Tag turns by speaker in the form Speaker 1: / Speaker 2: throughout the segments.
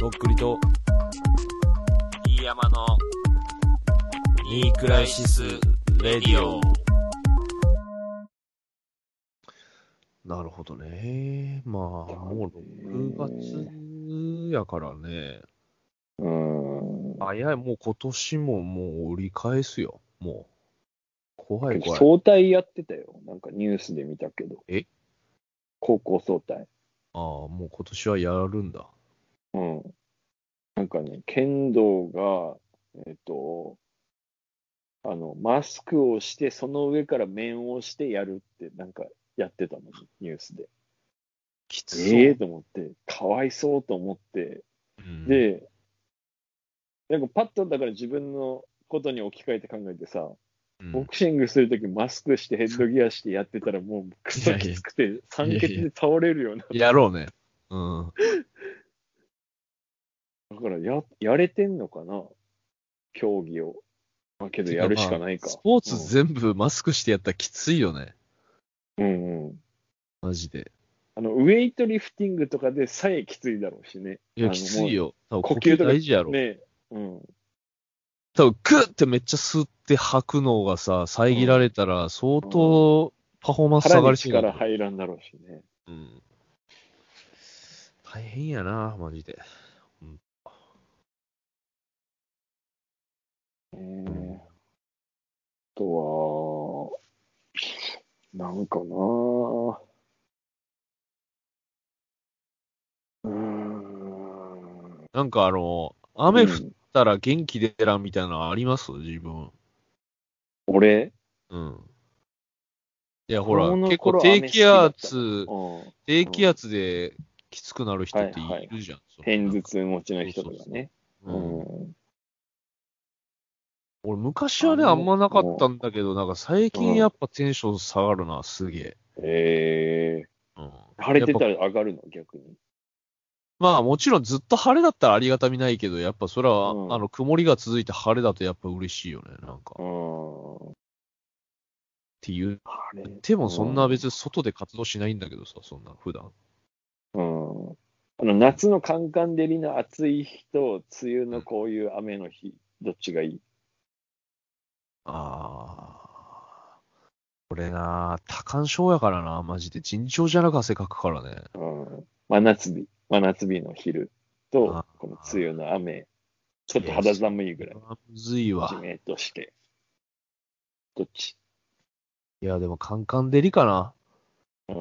Speaker 1: とっくりと、
Speaker 2: 飯山の、ニークライシス・レディオ。
Speaker 1: なるほどね。まあ、もう6月やからね。
Speaker 3: うん。
Speaker 1: 早い、もう今年ももう折り返すよ。もう。怖い怖い。
Speaker 3: 総体やってたよ。なんかニュースで見たけど。
Speaker 1: え
Speaker 3: 高校総体。
Speaker 1: ああ、もう今年はやるんだ。
Speaker 3: うん。なんかね、剣道が、えっ、と、あの、マスクをして、その上から面をしてやるって、なんかやってたの、ニュースで。
Speaker 1: きつそう。
Speaker 3: ええと思って、かわいそうと思って、
Speaker 1: うん、
Speaker 3: で、なんかパッとだから自分のことに置き換えて考えてさ、
Speaker 1: うん
Speaker 3: ボクシングするときマスクしてヘッドギアしてやってたらもうクソきつくて酸欠で倒れるような。
Speaker 1: やろうね。うん。
Speaker 3: だからや、やれてんのかな競技を。まあけどやるしかないか。
Speaker 1: スポーツ全部マスクしてやったらきついよね。
Speaker 3: うんうん。
Speaker 1: マジで。
Speaker 3: あの、ウェイトリフティングとかでさえきついだろうしね。
Speaker 1: いや、
Speaker 3: あの
Speaker 1: きついよ。多分呼
Speaker 3: 呼
Speaker 1: 吸
Speaker 3: 吸とか
Speaker 1: 大事やろ。
Speaker 3: ねうん。
Speaker 1: 多分クッてめっちゃ吸って吐くのがさ、遮られたら相当パフォーマンス下
Speaker 3: 腹
Speaker 1: が
Speaker 3: に
Speaker 1: りそうだ
Speaker 3: 力
Speaker 1: ね
Speaker 3: 入らんだろうしね。
Speaker 1: うん。大変やな、マジで。
Speaker 3: えー、あとは、なんかなぁうーん。
Speaker 1: なんかあの、雨降ったら元気出てらんみたいなのあります自分。
Speaker 3: 俺、
Speaker 1: うん。いや、ほら、
Speaker 3: 子供の
Speaker 1: 結構
Speaker 3: 頃
Speaker 1: 低気圧、
Speaker 3: うん、
Speaker 1: 低気圧できつくなる人って
Speaker 3: はいはい
Speaker 1: いるじゃん。その
Speaker 3: 偏頭痛持ちの人とかね。
Speaker 1: う。
Speaker 3: うんん
Speaker 1: 俺、昔はね、
Speaker 3: あの
Speaker 1: あんまなかったんだけど、なんか最近やっぱテンション下がるな、すげえ。
Speaker 3: え
Speaker 1: うん。
Speaker 3: ー、晴れてた
Speaker 1: やっぱ
Speaker 3: ら上がるの逆に。
Speaker 1: まあもちろんずっと晴れだったらありがたみないけど、やっぱそれは、
Speaker 3: うん
Speaker 1: あの、曇りが続いて晴れだとやっぱ嬉しいよね、なんか。
Speaker 3: う
Speaker 1: っ
Speaker 3: ん。
Speaker 1: ていう。
Speaker 3: 晴れ。
Speaker 1: でもそんな別に外で活動しないんだけどさ、そんな、普段。
Speaker 3: うん。あの夏のカンカン照りの暑い日と、梅雨のこういう雨の日、どっちがいい
Speaker 1: ああ。これな、多感症やからな、マジで。尋常じゃなく汗かくからね。
Speaker 3: うん真夏日、真夏日の昼と
Speaker 1: あ、
Speaker 3: この梅雨の雨、ちょっと肌寒いぐらい、
Speaker 1: むずいわ
Speaker 3: じ。めっとして。どっち
Speaker 1: いや、でもカンカン照りかな。
Speaker 3: う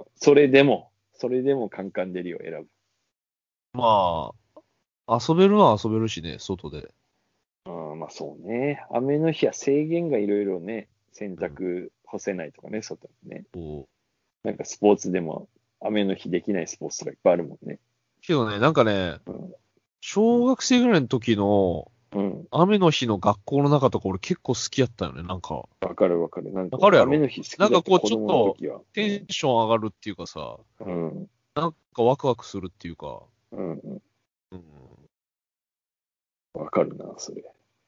Speaker 3: ん、それでも、それでもカンカン照りを選ぶ。
Speaker 1: まあ、遊べるのは遊べるしね、外で。
Speaker 3: うん、まあそうね。雨の日は制限がいろいろね、洗濯干せないとかね、外にね。
Speaker 1: こう
Speaker 3: なんかスポーツでも、雨の日できないスポーツとかいっぱいあるもんね。
Speaker 1: けどね、なんかね
Speaker 3: うん、
Speaker 1: 小学生ぐらいの時の
Speaker 3: うん、
Speaker 1: 雨の日の学校の中とか俺結構好きやったよね、なんか。
Speaker 3: わかるわかる。なんか
Speaker 1: わかるやろ
Speaker 3: 雨の日好きだ
Speaker 1: なんかこう
Speaker 3: 子供の時は
Speaker 1: テンション上がるっていうかさ、
Speaker 3: うん、
Speaker 1: なんかワクワクするっていうか。
Speaker 3: うん、う
Speaker 1: うん
Speaker 3: んわかるな、それ。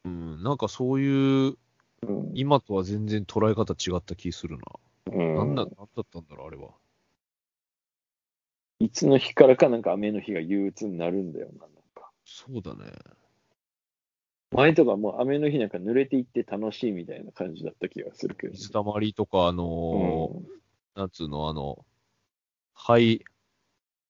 Speaker 1: うん、なんかそういう、
Speaker 3: うん
Speaker 1: 今とは全然捉え方違った気する
Speaker 3: う
Speaker 1: な。なん
Speaker 3: ん
Speaker 1: だ、なんだったんだろう、あれは。
Speaker 3: いつの日からかなんか雨の日が憂鬱になるんだよな。なんか
Speaker 1: そうだね。
Speaker 3: 前とかもう雨の日なんか濡れていって楽しいみたいな感じだった気がするけど。
Speaker 1: 水たまりとか、あのーなんつうの、あの、排、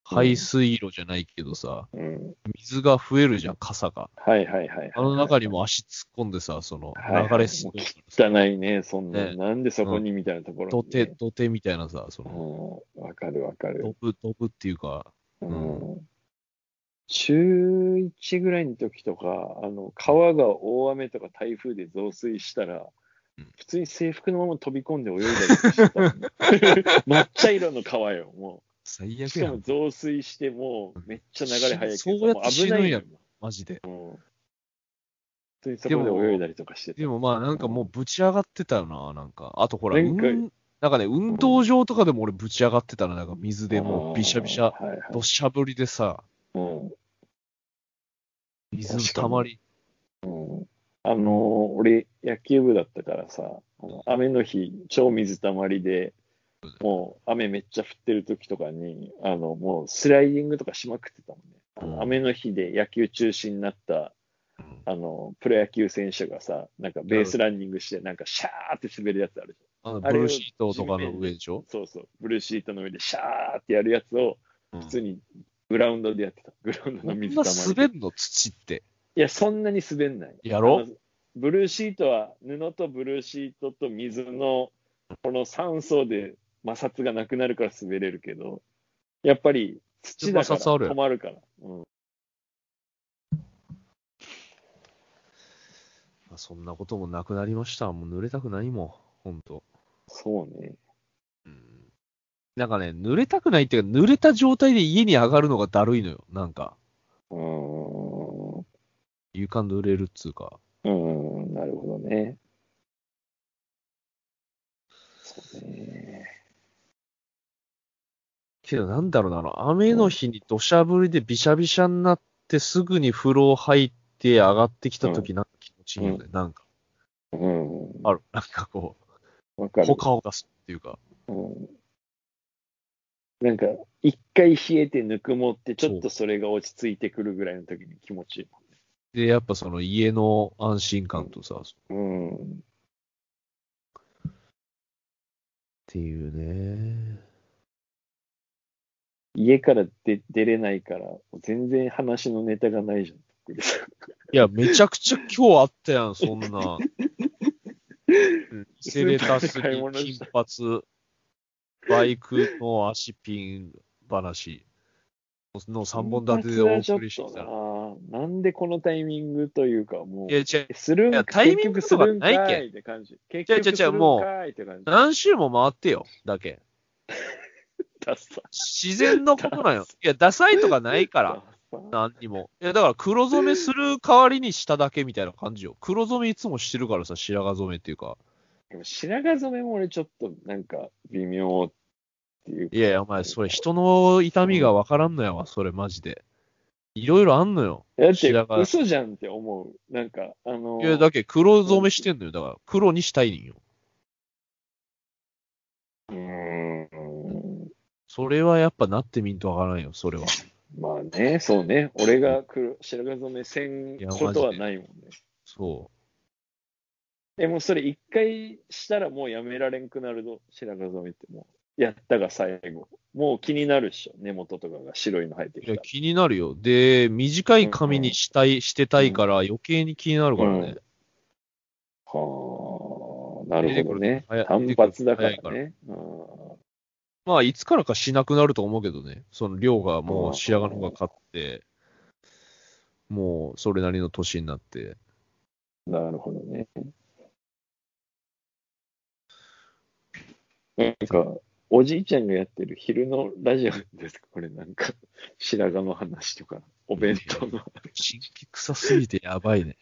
Speaker 1: 排水路じゃないけどさ、
Speaker 3: うん。うん。
Speaker 1: 水が増えるじゃん、傘が。
Speaker 3: はいはいはいはい。
Speaker 1: あの中にも足突っ込んでさ、その
Speaker 3: はいはい
Speaker 1: 流れすごいからさ、
Speaker 3: 汚いね、そんな、
Speaker 1: ね
Speaker 3: なんでそこにみたいなところ
Speaker 1: 土
Speaker 3: に
Speaker 1: 手、
Speaker 3: ね、
Speaker 1: 土手みたいなさ、その、
Speaker 3: うん。わかるわかる
Speaker 1: 飛。ぶ、飛ぶっていうか、ん
Speaker 3: うん。中1ぐらいの時とか、あの、川が大雨とか台風で増水したら
Speaker 1: うん、
Speaker 3: 普通に制服のまま飛び込んで泳いだりしてたもん。 抹茶色の川よ、もう。
Speaker 1: 最
Speaker 3: し
Speaker 1: 悪
Speaker 3: か
Speaker 1: や
Speaker 3: も
Speaker 1: ん、
Speaker 3: 増水してもうめっちゃ流れ速いけど、
Speaker 1: そうやって
Speaker 3: も危ないよ
Speaker 1: 死マジで。
Speaker 3: うん本当にそこで泳いだりとかしてて
Speaker 1: でもまあなんかもうぶち上がってたよな、なんか。あとほら、う
Speaker 3: なんか
Speaker 1: んなんかね、運動場とかでも俺ぶち上がってたら、なんか水でもうびしゃびしゃ、
Speaker 3: はいはい
Speaker 1: どっしゃぶりでさ、
Speaker 3: うん
Speaker 1: 水のたまり。
Speaker 3: うんあのー俺野球部だったからさあの雨の日超水たまりでもう雨めっちゃ降ってる時とかにあのもうスライディングとかしまくってたもんねあの
Speaker 1: うん
Speaker 3: 雨の日で野球中止になった、あの、プロ野球選手がさ、なんかベースランニングして、なんかシャーって滑るやつあるじ
Speaker 1: あのブ
Speaker 3: あれを
Speaker 1: ルーシートとかの上でしょ
Speaker 3: ゃん。そうそう。ブルーシートの上でシャーってやるやつを、
Speaker 1: うん
Speaker 3: 普通にグラウンドでやってた。グラウンド
Speaker 1: こ
Speaker 3: の
Speaker 1: ん
Speaker 3: 水
Speaker 1: な
Speaker 3: たま
Speaker 1: 滑
Speaker 3: り。
Speaker 1: んの土って。
Speaker 3: いや、そんなに滑んない。
Speaker 1: や
Speaker 3: あ
Speaker 1: ろ
Speaker 3: のブルーシートは布とブルーシートと水のこの3層で摩擦がなくなるから滑れるけど、やっぱり土だから
Speaker 1: 摩擦ある
Speaker 3: 止まるから。うん、
Speaker 1: まあそんなこともなくなりました。もう濡れたくないもん、ほんと。
Speaker 3: そうね。
Speaker 1: うんなんかね、濡れたくないっていうか、濡れた状態で家に上がるのがだるいのよ。なんか、
Speaker 3: うーん。
Speaker 1: 床濡れるっつうか。
Speaker 3: うーん、なるほどね。そうね。
Speaker 1: けどなんだろうなあの、雨の日に土砂降りでびしゃびしゃになって、すぐに風呂入って上がってきた時なんか気持ちいいよね。なんか、
Speaker 3: うん。
Speaker 1: ある。なんかこ
Speaker 3: わか
Speaker 1: う、
Speaker 3: る
Speaker 1: ほ。かほかするっていうか。
Speaker 3: うんなんか、一回冷えてぬくもって、ちょっとそれが落ち着いてくるぐらいの時に気持ちいい
Speaker 1: で、やっぱその家の安心感とさ、
Speaker 3: もん。うん。
Speaker 1: っていうね。
Speaker 3: 家から出出れないから、全然話のネタがないじゃん。とっくりさん
Speaker 1: いや、めちゃくちゃ今日あったやん、そん な。セレタスに
Speaker 3: スーパーで買い物
Speaker 1: 金
Speaker 3: した
Speaker 1: 髪、バイクの足ピン話の3本立てでお送りしてきたら。
Speaker 3: 金
Speaker 1: い
Speaker 3: 髪はちょっとななんでこのタイミングというか、もう、
Speaker 1: や、違う、
Speaker 3: するん
Speaker 1: いや
Speaker 3: か、
Speaker 1: タイミング
Speaker 3: 結局するんか
Speaker 1: とかない
Speaker 3: いって感じ。結局するんかいって感じ。
Speaker 1: 何周も回ってよ、だけ。
Speaker 3: ダッサ
Speaker 1: 自然のことなんよ。 いや、ダサいとかないか、。
Speaker 3: から
Speaker 1: 何にも。いや、だから黒染めする代わりにしただけみたいな感じよ。黒染めいつもしてるからさ、白髪染めっていうか。
Speaker 3: でも白髪染めも俺ちょっとなんか微妙っていうか
Speaker 1: いやいや、お前、それ人の痛みがわからんのやわ、それマジで。いろいろあんのよ。
Speaker 3: だっ
Speaker 1: 白
Speaker 3: て
Speaker 1: 髪
Speaker 3: 嘘じゃんって思う。なんか、あの
Speaker 1: いや、だけど黒染めしてんのよ。だから、黒にしたいんよ。
Speaker 3: うーん。
Speaker 1: それはやっぱなってみんとわからんよ、それは。
Speaker 3: まあね、そうね。俺が黒白髪染めせんことはないもんね。
Speaker 1: そ
Speaker 3: でもうそれ一回したらもうやめられんくなるぞ、白髪染めってもう。やったが最後。もう気になるっしょ、根元とかが白いの生えて
Speaker 1: う。いや、
Speaker 3: きた
Speaker 1: 気になるよ。で、短い髪にしたい、してたいから余計に気になるからね。
Speaker 3: ら。はあ、な
Speaker 1: 出て
Speaker 3: る
Speaker 1: く
Speaker 3: ほど
Speaker 1: る
Speaker 3: ね。
Speaker 1: 早い
Speaker 3: 単発だから
Speaker 1: 出てくる
Speaker 3: ね。うん
Speaker 1: まあ、いつからかしなくなると思うけどね。その量がもう白髪の方が勝って、もうそれなりの年になって。
Speaker 3: なるほどね。なんか、おじいちゃんがやってる昼のラジオですかこれなんか、白髪の話とか、お弁当の。
Speaker 1: 神経臭すぎてやばいね。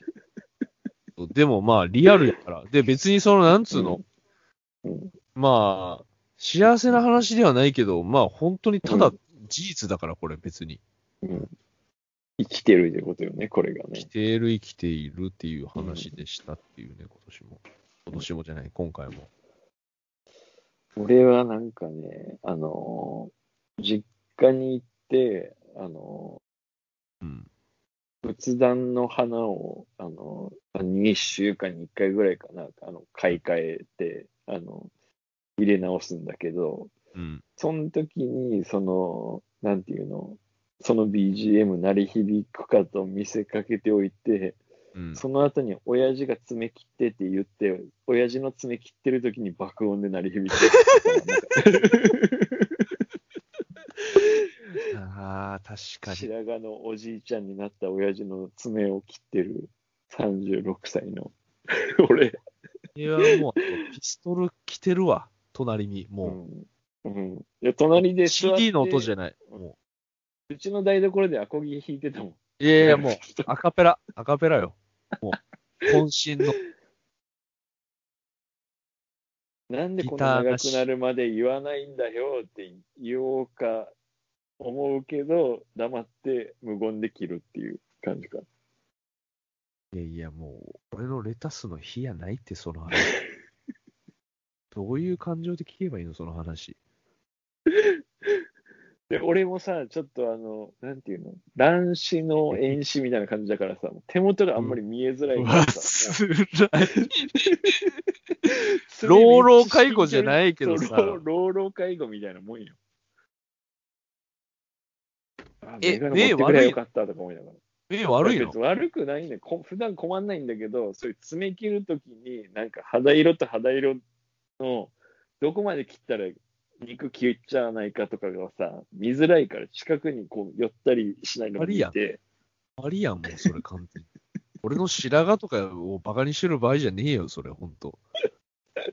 Speaker 1: そうでもまあ、リアルやから。で、別にその、なんつうの、
Speaker 3: うんうん
Speaker 1: まあ、幸せな話ではないけど、まあ、本当にただ事実だから、これ別に。
Speaker 3: うん生きてるってことよね、これが
Speaker 1: 生き
Speaker 3: ね。
Speaker 1: ている、生きているっていう話でしたっていうね、今年も。今年もじゃない、今回も。
Speaker 3: 俺はなんかね、あのー実家に行って、あの
Speaker 1: うん。
Speaker 3: ー仏壇の花を、あのー、2週間に1回ぐらいかな、あの、買い替えて、あの、入れ直すんだけど、
Speaker 1: うん。
Speaker 3: その時に、その、なんていうの、その BGM 鳴り響くかと見せかけておいて、
Speaker 1: うん。
Speaker 3: その後に親父が爪切ってって言って、親父の爪切ってる時に爆音で鳴り響 いてる
Speaker 1: ああ、確かに。
Speaker 3: 白髪のおじいちゃんになった親父の爪を切ってる36歳の 俺、
Speaker 1: いや、もう、ピストル来てるわ、隣に。
Speaker 3: う
Speaker 1: も
Speaker 3: んうん、いや隣
Speaker 1: う、
Speaker 3: で座って
Speaker 1: CD の音じゃない。も
Speaker 3: うちの台所でアコギ弾いてたもん。
Speaker 1: う。いやいや、もう、アカペラ、アカペラよ。もう、渾身の。
Speaker 3: なんでこん
Speaker 1: ギタ
Speaker 3: な
Speaker 1: ーな
Speaker 3: 長
Speaker 1: し
Speaker 3: くなるまで言わないんだよって言おうか思うけど、黙って無言で切るっていう感じか。
Speaker 1: いやいや、もう、俺のレタスの日やないって、その話。どういう感情で聞けばいいの、その話。
Speaker 3: で、俺もさ、ちょっとあの、なんていうの、乱視の遠視みたいな感じだからさ、手元があんまり見えづらいからさ、も
Speaker 1: つらい。
Speaker 3: う常に
Speaker 1: 老老介護じゃないけどさ
Speaker 3: そう老老老介護みたいなもんよ。あ
Speaker 1: え
Speaker 3: メガネ持ってくればよかったとか思いながら。
Speaker 1: 目悪い
Speaker 3: 別
Speaker 1: の
Speaker 3: に悪くないね。こ普段困んないんだけど、そういう爪切るときに、なんか肌色と肌色の、どこまで切ったら肉切っちゃわないかとかがさ、見づらいから近くにこう寄ったりしないのを見
Speaker 1: あ
Speaker 3: て、
Speaker 1: ありやん、もうそれ完全に。俺の白髪とかをバカにしてる場合じゃねえよ、それ、ほんと。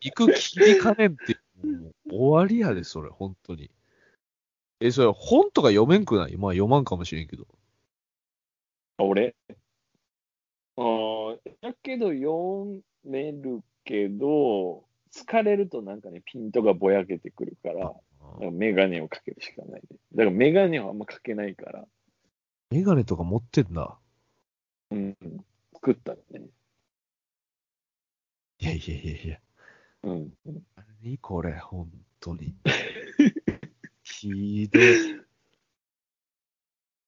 Speaker 1: 行く切りかねんって、もう終わりやで、それ、ほんとに。え、それ、本とか読めんくないまあ読まんかもしれんけど。
Speaker 3: あ俺あーだけど読めるけど、疲れるとなんかね、ピントがぼやけてくるから、だからメガネをかけるしかないね。だからメガネはあんまかけないから、
Speaker 1: メガネとか持ってんだ。
Speaker 3: うん、作ったね。
Speaker 1: いやいやいやいや。
Speaker 3: うん
Speaker 1: 何これ、ほんと に。ひどい。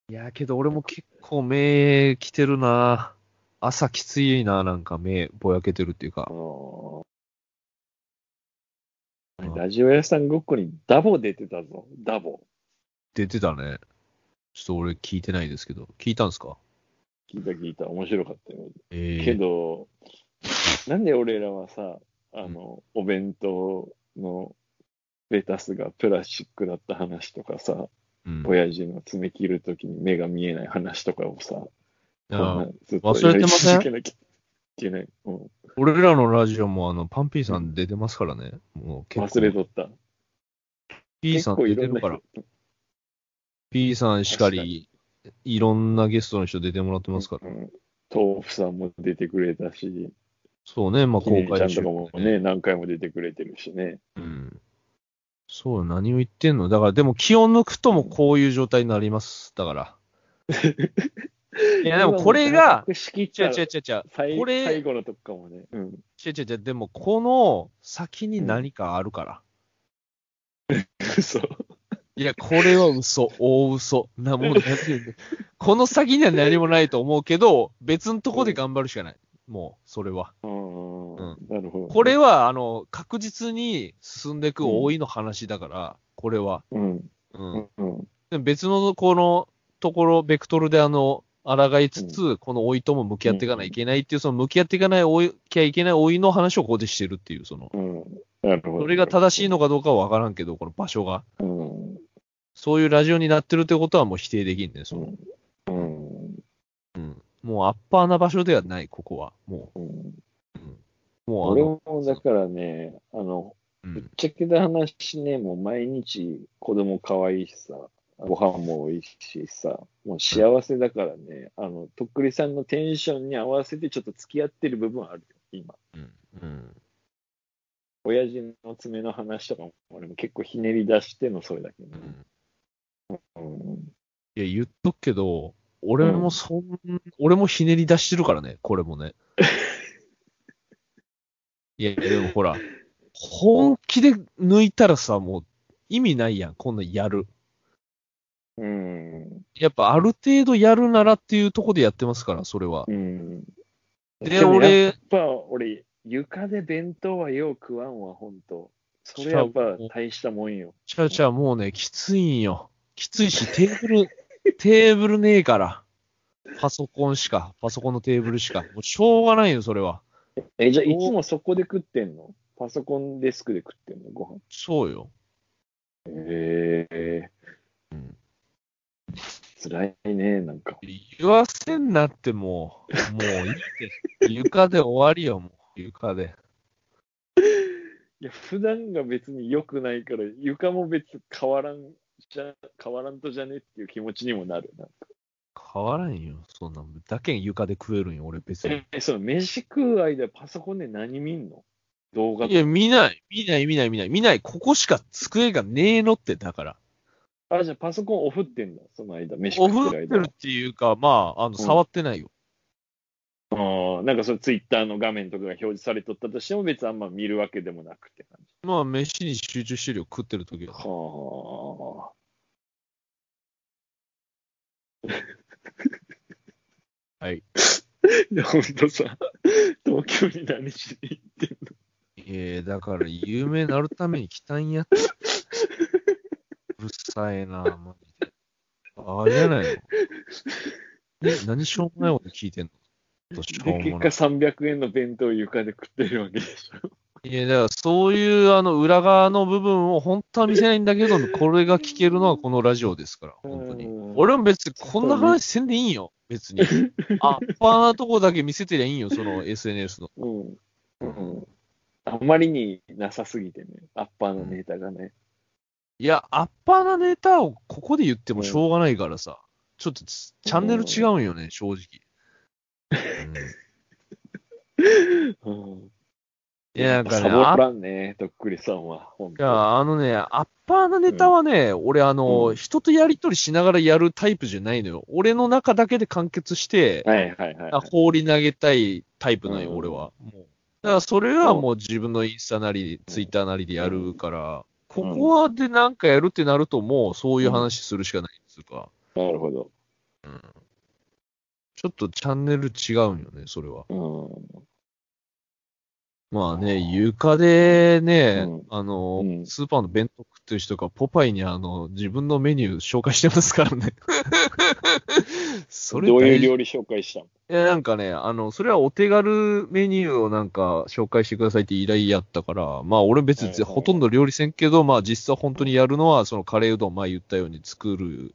Speaker 1: いや、けど俺も結構目来てるな。朝きついな、なんか目ぼやけてるっていうか
Speaker 3: あ。のー
Speaker 1: うん
Speaker 3: ラジオ屋さんごっこにダボ出てたぞ、ダボ。
Speaker 1: 出てたね。ちょっと俺聞いてないですけど。聞いたんですか
Speaker 3: 聞いた聞いた、面白かったよ。
Speaker 1: ええ
Speaker 3: けど、なんで俺らはさ、あの、お弁当のレタスがプラスチックだった話とかさ、
Speaker 1: うん、
Speaker 3: 親父の爪切るときに目が見えない話とかをさ、こん
Speaker 1: あ
Speaker 3: な
Speaker 1: あ
Speaker 3: ずっ
Speaker 1: 忘れてません
Speaker 3: やり続けなきゃいけない。うん
Speaker 1: 俺らのラジオもあの、パンピーさん出てますからね。もう結構
Speaker 3: 忘れとった。
Speaker 1: P さん出てるから。P さんしかり、いろんなゲストの人出てもらってますから。
Speaker 3: うん豆腐さんも出てくれたし、
Speaker 1: そうね、まあ
Speaker 3: ひ
Speaker 1: 公
Speaker 3: ねりちゃ
Speaker 1: 開
Speaker 3: ん
Speaker 1: 収
Speaker 3: とか
Speaker 1: 録
Speaker 3: も
Speaker 1: で
Speaker 3: ね、何回も出てくれてるしね。
Speaker 1: うん。そうよ、何を言ってんのだから、でも気を抜くともこういう状態になります。だから。いや、でもこれが、
Speaker 3: 今もう全部仕切っち
Speaker 1: 違う違
Speaker 3: ゃう
Speaker 1: う違う違う。
Speaker 3: 最
Speaker 1: これ
Speaker 3: 最後のとこかもね。 うん。
Speaker 1: 違う違う違う。でも、この先に何かあるから。
Speaker 3: 嘘。
Speaker 1: いや、これは嘘、大嘘。な、もう、なんていうんだこの先には何もないと思うけど、別のとこで頑張るしかない。もう、それは。
Speaker 3: うん
Speaker 1: うん。
Speaker 3: なるほど。
Speaker 1: これは、あの、確実に進んでいく老いの話だから、これは。
Speaker 3: うん。
Speaker 1: う。
Speaker 3: うんん。うん。
Speaker 1: でも別の、この、ところ、ベクトルで、あの、抗いつつ、この老いとも向き合っていかないといけないっていう、その向き合っていかない老い、向きゃいけない老いの話をここでしてるっていう、その、
Speaker 3: うん。なるほど。
Speaker 1: それが正しいのかどうかはわからんけど、この場所が。
Speaker 3: うん。
Speaker 1: そういうラジオになってるってことはもう否定できんね、その。
Speaker 3: うん。
Speaker 1: もうアッパーな場所ではない、ここは。も
Speaker 3: うん。
Speaker 1: う、もうあ
Speaker 3: 俺
Speaker 1: の、
Speaker 3: もだからね、あの、
Speaker 1: うん
Speaker 3: ぶっちゃけた話ね、もう毎日子供可愛いしさ、ご飯も美味しいしさ、もう幸せだからね、あの、とっくりさんのテンションに合わせてちょっと付き合ってる部分はあるよ、今。
Speaker 1: うんうん
Speaker 3: 親父の爪の話とかも、俺も結構ひねり出してのそれだけ
Speaker 1: う
Speaker 3: ど、ね
Speaker 1: ん
Speaker 3: うん。
Speaker 1: いや、言っとくけど、俺もそん、俺もひねり出してるからね、これも ね。いや、でもほら、本気で抜いたらさ、もう意味ないやん、こんなんやる。
Speaker 3: うん。
Speaker 1: やっぱある程度やるならっていうとこでやってますから、それは。
Speaker 3: うん。
Speaker 1: で、
Speaker 3: もやっ
Speaker 1: 俺、
Speaker 3: ぱ俺、床で弁当はよう食わんわ、ほんと。それやっぱ大したもんよ。
Speaker 1: ちゃうちゃう、もうね、きついんよ。きついし、テーブ ル、テーブルねえから。パソコンしか、パソコンのテーブルしか。もうしょうがないよ、それは。
Speaker 3: え、じゃあいつもそこで食ってんのパソコンデスクで食ってんのご飯。
Speaker 1: そうよ。
Speaker 3: へえ
Speaker 1: うん
Speaker 3: 辛いね、なんか。
Speaker 1: 言わせんなってもう、もういいって。床で終わりよ、もう。床で。
Speaker 3: いや、普段が別に良くないから、床も別に変わらんじゃ、変わらんとじゃねっていう気持ちにもなるな。
Speaker 1: 変わらんよ、そんなん。だけん床で食えるんよ、俺別に。
Speaker 3: え、その飯食う間パソコンで何見んの動画
Speaker 1: いや、見ない、見ない、見ない、見ない、見ない。ここしか机がねえのって、だから。
Speaker 3: あ、じゃあパソコンオフってんだ、その間、飯
Speaker 1: お
Speaker 3: 食
Speaker 1: ふ
Speaker 3: っ
Speaker 1: ってて
Speaker 3: る間
Speaker 1: る。っていうか、まあ、あの、触ってないよ。
Speaker 3: あーなんかそのツイッターの画面とかが表示されとったとしても別にあんま見るわけでもなくって感じ。
Speaker 1: まあ、飯に集中してるよ、食ってる時は。
Speaker 3: は
Speaker 1: はい。
Speaker 3: いや、ほんとさ、東京に何しに行ってんの
Speaker 1: えー、だから、有名になるために来たんや って。うるさいな、マジで。ああ、じゃないの。え、何しょうもないこと聞いてんのどうしようも
Speaker 3: で、結
Speaker 1: な
Speaker 3: 果
Speaker 1: い。
Speaker 3: 300円の弁当を床で食ってるわけでしょ。
Speaker 1: いや、だから、そういう、あの、裏側の部分を本当は見せないんだけど、これが聞けるのはこのラジオですから、本当に。
Speaker 3: うん
Speaker 1: 俺も別にこんな話せんでいいんよ、別に。 あ、パーなとこだけ見せてりゃいいんよ、その SNS の。
Speaker 3: うん。うん。あまりになさすぎてね、アッパーのネタがね。
Speaker 1: いや、アッパーなネタをここで言ってもしょうがないからさ、ちょっとつチャンネル違うんよね、正直。うん、
Speaker 3: うん。
Speaker 1: いや、だか
Speaker 3: サ
Speaker 1: らね、
Speaker 3: ボ
Speaker 1: あ
Speaker 3: らんね、とっくりさんは。ほん
Speaker 1: い
Speaker 3: と
Speaker 1: やあのね、アッパーなネタはね、俺、あの、
Speaker 3: うん
Speaker 1: 人とやりとりしながらやるタイプじゃないのよ。俺の中だけで完結して、
Speaker 3: はいはいはい
Speaker 1: あ
Speaker 3: はい。
Speaker 1: 放り投げたいタイプなんよ、
Speaker 3: うん
Speaker 1: 俺は。もうだからそれはもう自分のインスタなり、ツイッターなりでやるから、こ
Speaker 3: ん
Speaker 1: こはでなんかやるってなると、もうそういう話するしかないですか。
Speaker 3: なるほど。
Speaker 1: ちょっとチャンネル違うんよね、それは。
Speaker 3: う
Speaker 1: まあね、床でね、
Speaker 3: うん
Speaker 1: あの、
Speaker 3: うん
Speaker 1: スーパーの弁当食ってる人がポパイにあの、自分のメニュー紹介してますからね。 そ
Speaker 3: ん。
Speaker 1: れ
Speaker 3: どういう
Speaker 1: 大事
Speaker 3: 料理紹介したの
Speaker 1: いや、なんかね、あの、それはお手軽メニューをなんか紹介してくださいって依頼やったから、まあ俺別
Speaker 3: はいは
Speaker 1: に
Speaker 3: い
Speaker 1: ほとんど料理せんけど、まあ実際本当にやるのはそのカレーうどん前言ったように作る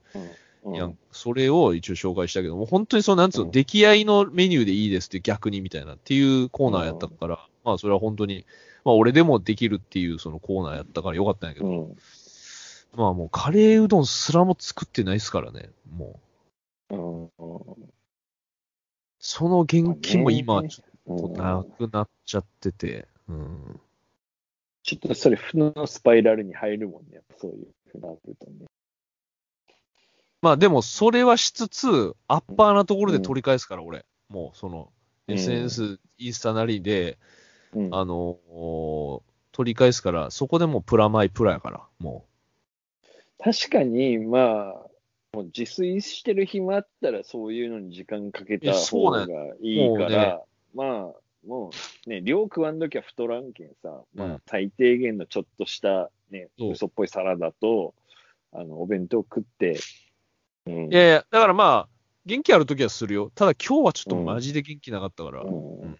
Speaker 3: うん
Speaker 1: やん。それを一応紹介したけど、もう本当にそのなんつう
Speaker 3: う
Speaker 1: の、
Speaker 3: ん
Speaker 1: 出来合いのメニューでいいですって逆にみたいなっていうコーナーやったから、まあそれは本当に、まあ俺でもできるっていうそのコーナーやったからよかったんやけ
Speaker 3: う
Speaker 1: ど、
Speaker 3: ん。
Speaker 1: まあもうカレーうどんすらも作ってないですからね、もう。
Speaker 3: うん。うん
Speaker 1: その元気も今ちょっと
Speaker 3: う
Speaker 1: なんくなっちゃってて、うん。
Speaker 3: ちょっとそれ、負のスパイラルに入るもんね。やっぱそういうふうになってるとね。
Speaker 1: まあでも、それはしつつ、アッパーなところで取り返すから、俺。もう、その、
Speaker 3: うん
Speaker 1: SNS、インスタなりで、
Speaker 3: うん。
Speaker 1: あのー取り返すから、そこでもうプラマイプラやから、も
Speaker 3: 確かに、まあ、もう自炊してる暇あったら、そういうのに時間かけた
Speaker 1: いやそ
Speaker 3: 方
Speaker 1: うだ
Speaker 3: が
Speaker 1: よ
Speaker 3: いいから、
Speaker 1: も
Speaker 3: まあ、もうね、量食わんときは太らんけんさ、
Speaker 1: う
Speaker 3: まあ
Speaker 1: ん、
Speaker 3: 最低限のちょっとした、ね、
Speaker 1: そう
Speaker 3: 嘘っぽいサラダと、あの、お弁当食って、うん
Speaker 1: う。いやいや、だからまあ、元気あるときはするよ。ただ今日はちょっとマジで元気なかったから。
Speaker 3: うん
Speaker 1: うん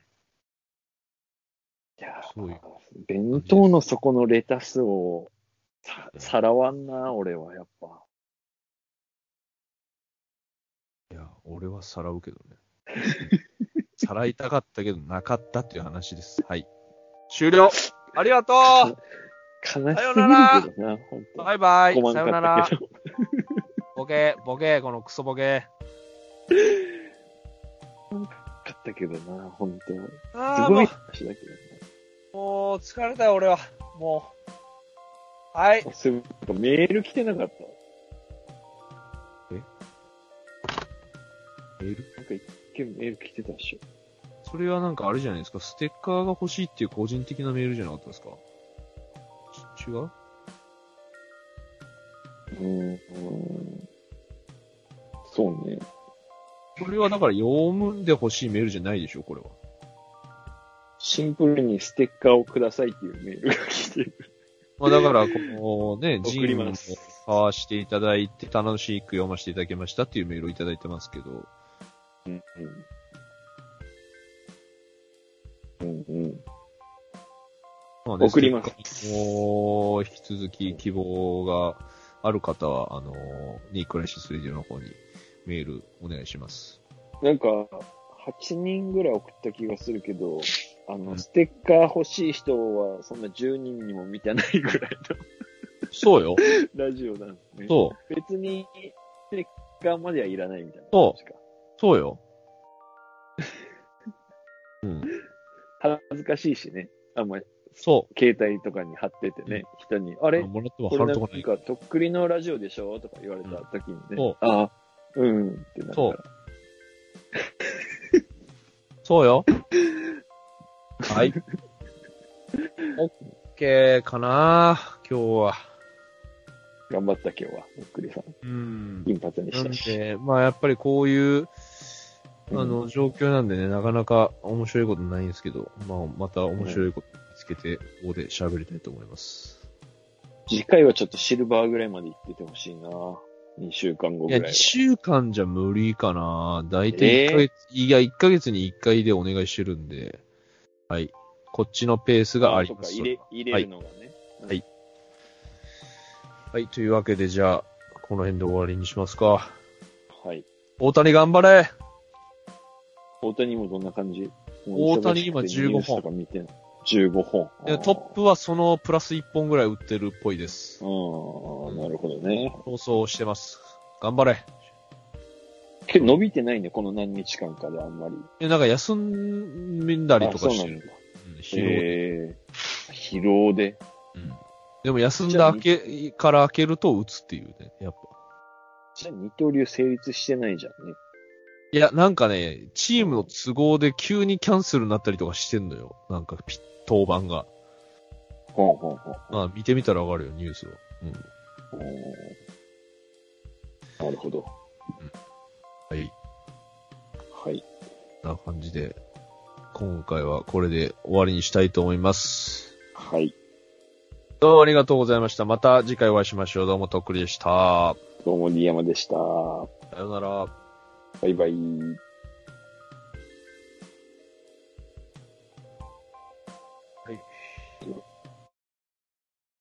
Speaker 3: いやー
Speaker 1: そうよ
Speaker 3: 弁当の底のレタスをささらわんな、俺はやっぱ。
Speaker 1: いや、俺はさらうけどね。さらいたかったけど、なかったっていう話です。はい。終了ありがと
Speaker 3: 悲しすぎる
Speaker 1: さよなら
Speaker 3: けどな、本
Speaker 1: う
Speaker 3: 当。
Speaker 1: バイバイ
Speaker 3: ごまん
Speaker 1: さよな
Speaker 3: かっ
Speaker 1: ら
Speaker 3: たけど。
Speaker 1: ボケ、ボケ、このクソボケ。
Speaker 3: かったけどな、本当。
Speaker 1: あ
Speaker 3: す
Speaker 1: ー
Speaker 3: ご
Speaker 1: も
Speaker 3: いう話だけ
Speaker 1: もう疲れたよ、俺は。もう。はい
Speaker 3: ど。。すごいメール来てなかっ
Speaker 1: メール
Speaker 3: た。なんか一件メール来てたでしょ。
Speaker 1: それはなんかあれじゃないですか、ステッカーが欲しいっていう個人的なメールじゃなかったですかち違う
Speaker 3: うーん。そうね。
Speaker 1: これはだから読んで欲しいメールじゃないでしょ、これは。
Speaker 3: シンプルにステッカーをくださいっていうメールが来てる。
Speaker 1: まあだから、このね、ジ
Speaker 3: 送り
Speaker 1: ンを
Speaker 3: ます
Speaker 1: 買わしていただいて、楽しく読ませていただきましたっていうメールをいただいてますけど、
Speaker 3: うんうん。うんうん。
Speaker 1: まあ
Speaker 3: 送ります
Speaker 1: す。もう、引き続き希望がある方は、あの、ニークライシスレディオの方にメールお願いします。
Speaker 3: なんか、8人ぐらい送った気がするけど、あ
Speaker 1: う
Speaker 3: の、
Speaker 1: ん
Speaker 3: ステッカー欲しい人は、そんな10人にも満たないぐらい
Speaker 1: そうよ。
Speaker 3: のラジオなんですね。
Speaker 1: そう。
Speaker 3: 別に、ステッカーまではいらないみたいな
Speaker 1: そ
Speaker 3: 感
Speaker 1: う
Speaker 3: じか。
Speaker 1: そうよ。うん。
Speaker 3: 恥ずかしいしね。あんまり、
Speaker 1: そ
Speaker 3: 携帯とかに貼っててね、人に、あ
Speaker 1: う。
Speaker 3: れ
Speaker 1: もらっても
Speaker 3: こ
Speaker 1: 貼
Speaker 3: れ
Speaker 1: る
Speaker 3: な
Speaker 1: と
Speaker 3: ん
Speaker 1: こ
Speaker 3: か
Speaker 1: ない。、
Speaker 3: とっくりのラジオでしょとか言われた時にね、
Speaker 1: そう
Speaker 3: ああ、うん、ってなるから
Speaker 1: そう。そう よ。はい。オッケーかな今日は。
Speaker 3: 頑張った今日は、ゆっくりさん。
Speaker 1: うん。
Speaker 3: 金髪に
Speaker 1: な
Speaker 3: し
Speaker 1: ん
Speaker 3: たし。
Speaker 1: で、まあやっぱりこういう、あ
Speaker 3: う
Speaker 1: の、状況なんでね、なかなか面白いことないんですけど、まあまた面白いこと見つけて、ここで喋りたいと思います。
Speaker 3: 次回はちょっとシルバーぐらいまで行っててほしいな。2週間後
Speaker 1: い
Speaker 3: ぐ
Speaker 1: や、
Speaker 3: らいは
Speaker 1: 2。週間じゃ無理かな。だいたい
Speaker 3: えー
Speaker 1: 1ヶ月、いや、1ヶ月に1回でお願いしてるんで、はい。こっちのペースがあり
Speaker 3: そう
Speaker 1: ま
Speaker 3: か、
Speaker 1: す。
Speaker 3: 入れ、入れるのがね。
Speaker 1: はい、というわけで、じゃあ、この辺で終わりにしますか。
Speaker 3: はい。
Speaker 1: 大谷頑張れ
Speaker 3: 大谷もどんな感じ
Speaker 1: 大谷今
Speaker 3: 忙しくてニュースとか見てない15本。
Speaker 1: でトップはそのプラス1本ぐらい打ってるっぽいです。
Speaker 3: ああ、なるほどね。
Speaker 1: 放送してます。頑張れ。
Speaker 3: けど伸びてないね、この何日間かであんまり。
Speaker 1: え、なんか休んだりとかしてる。うん疲労で
Speaker 3: えー、疲労で。
Speaker 1: うんでも休んだ明けから明けると打つっていうね、やっぱ。
Speaker 3: じゃあ二刀流成立してないじゃんね。
Speaker 1: いや、なんかね、チームの都合で急にキャンセルになったりとかしてんのよ。なんかピ、登板が。
Speaker 3: ほんほんほん。
Speaker 1: まあ、見てみたらわかるよ、ニュースを。うん。
Speaker 3: おーなるほど。
Speaker 1: はい。
Speaker 3: はい。
Speaker 1: こんな感じで、今回はこれで終わりにしたいと思います。
Speaker 3: はい。
Speaker 1: どうもありがとうございました。また次回お会いしましょう。どうもとっくりでした。
Speaker 3: どうも、D 山でした。
Speaker 1: さようなら。
Speaker 3: バイバイ。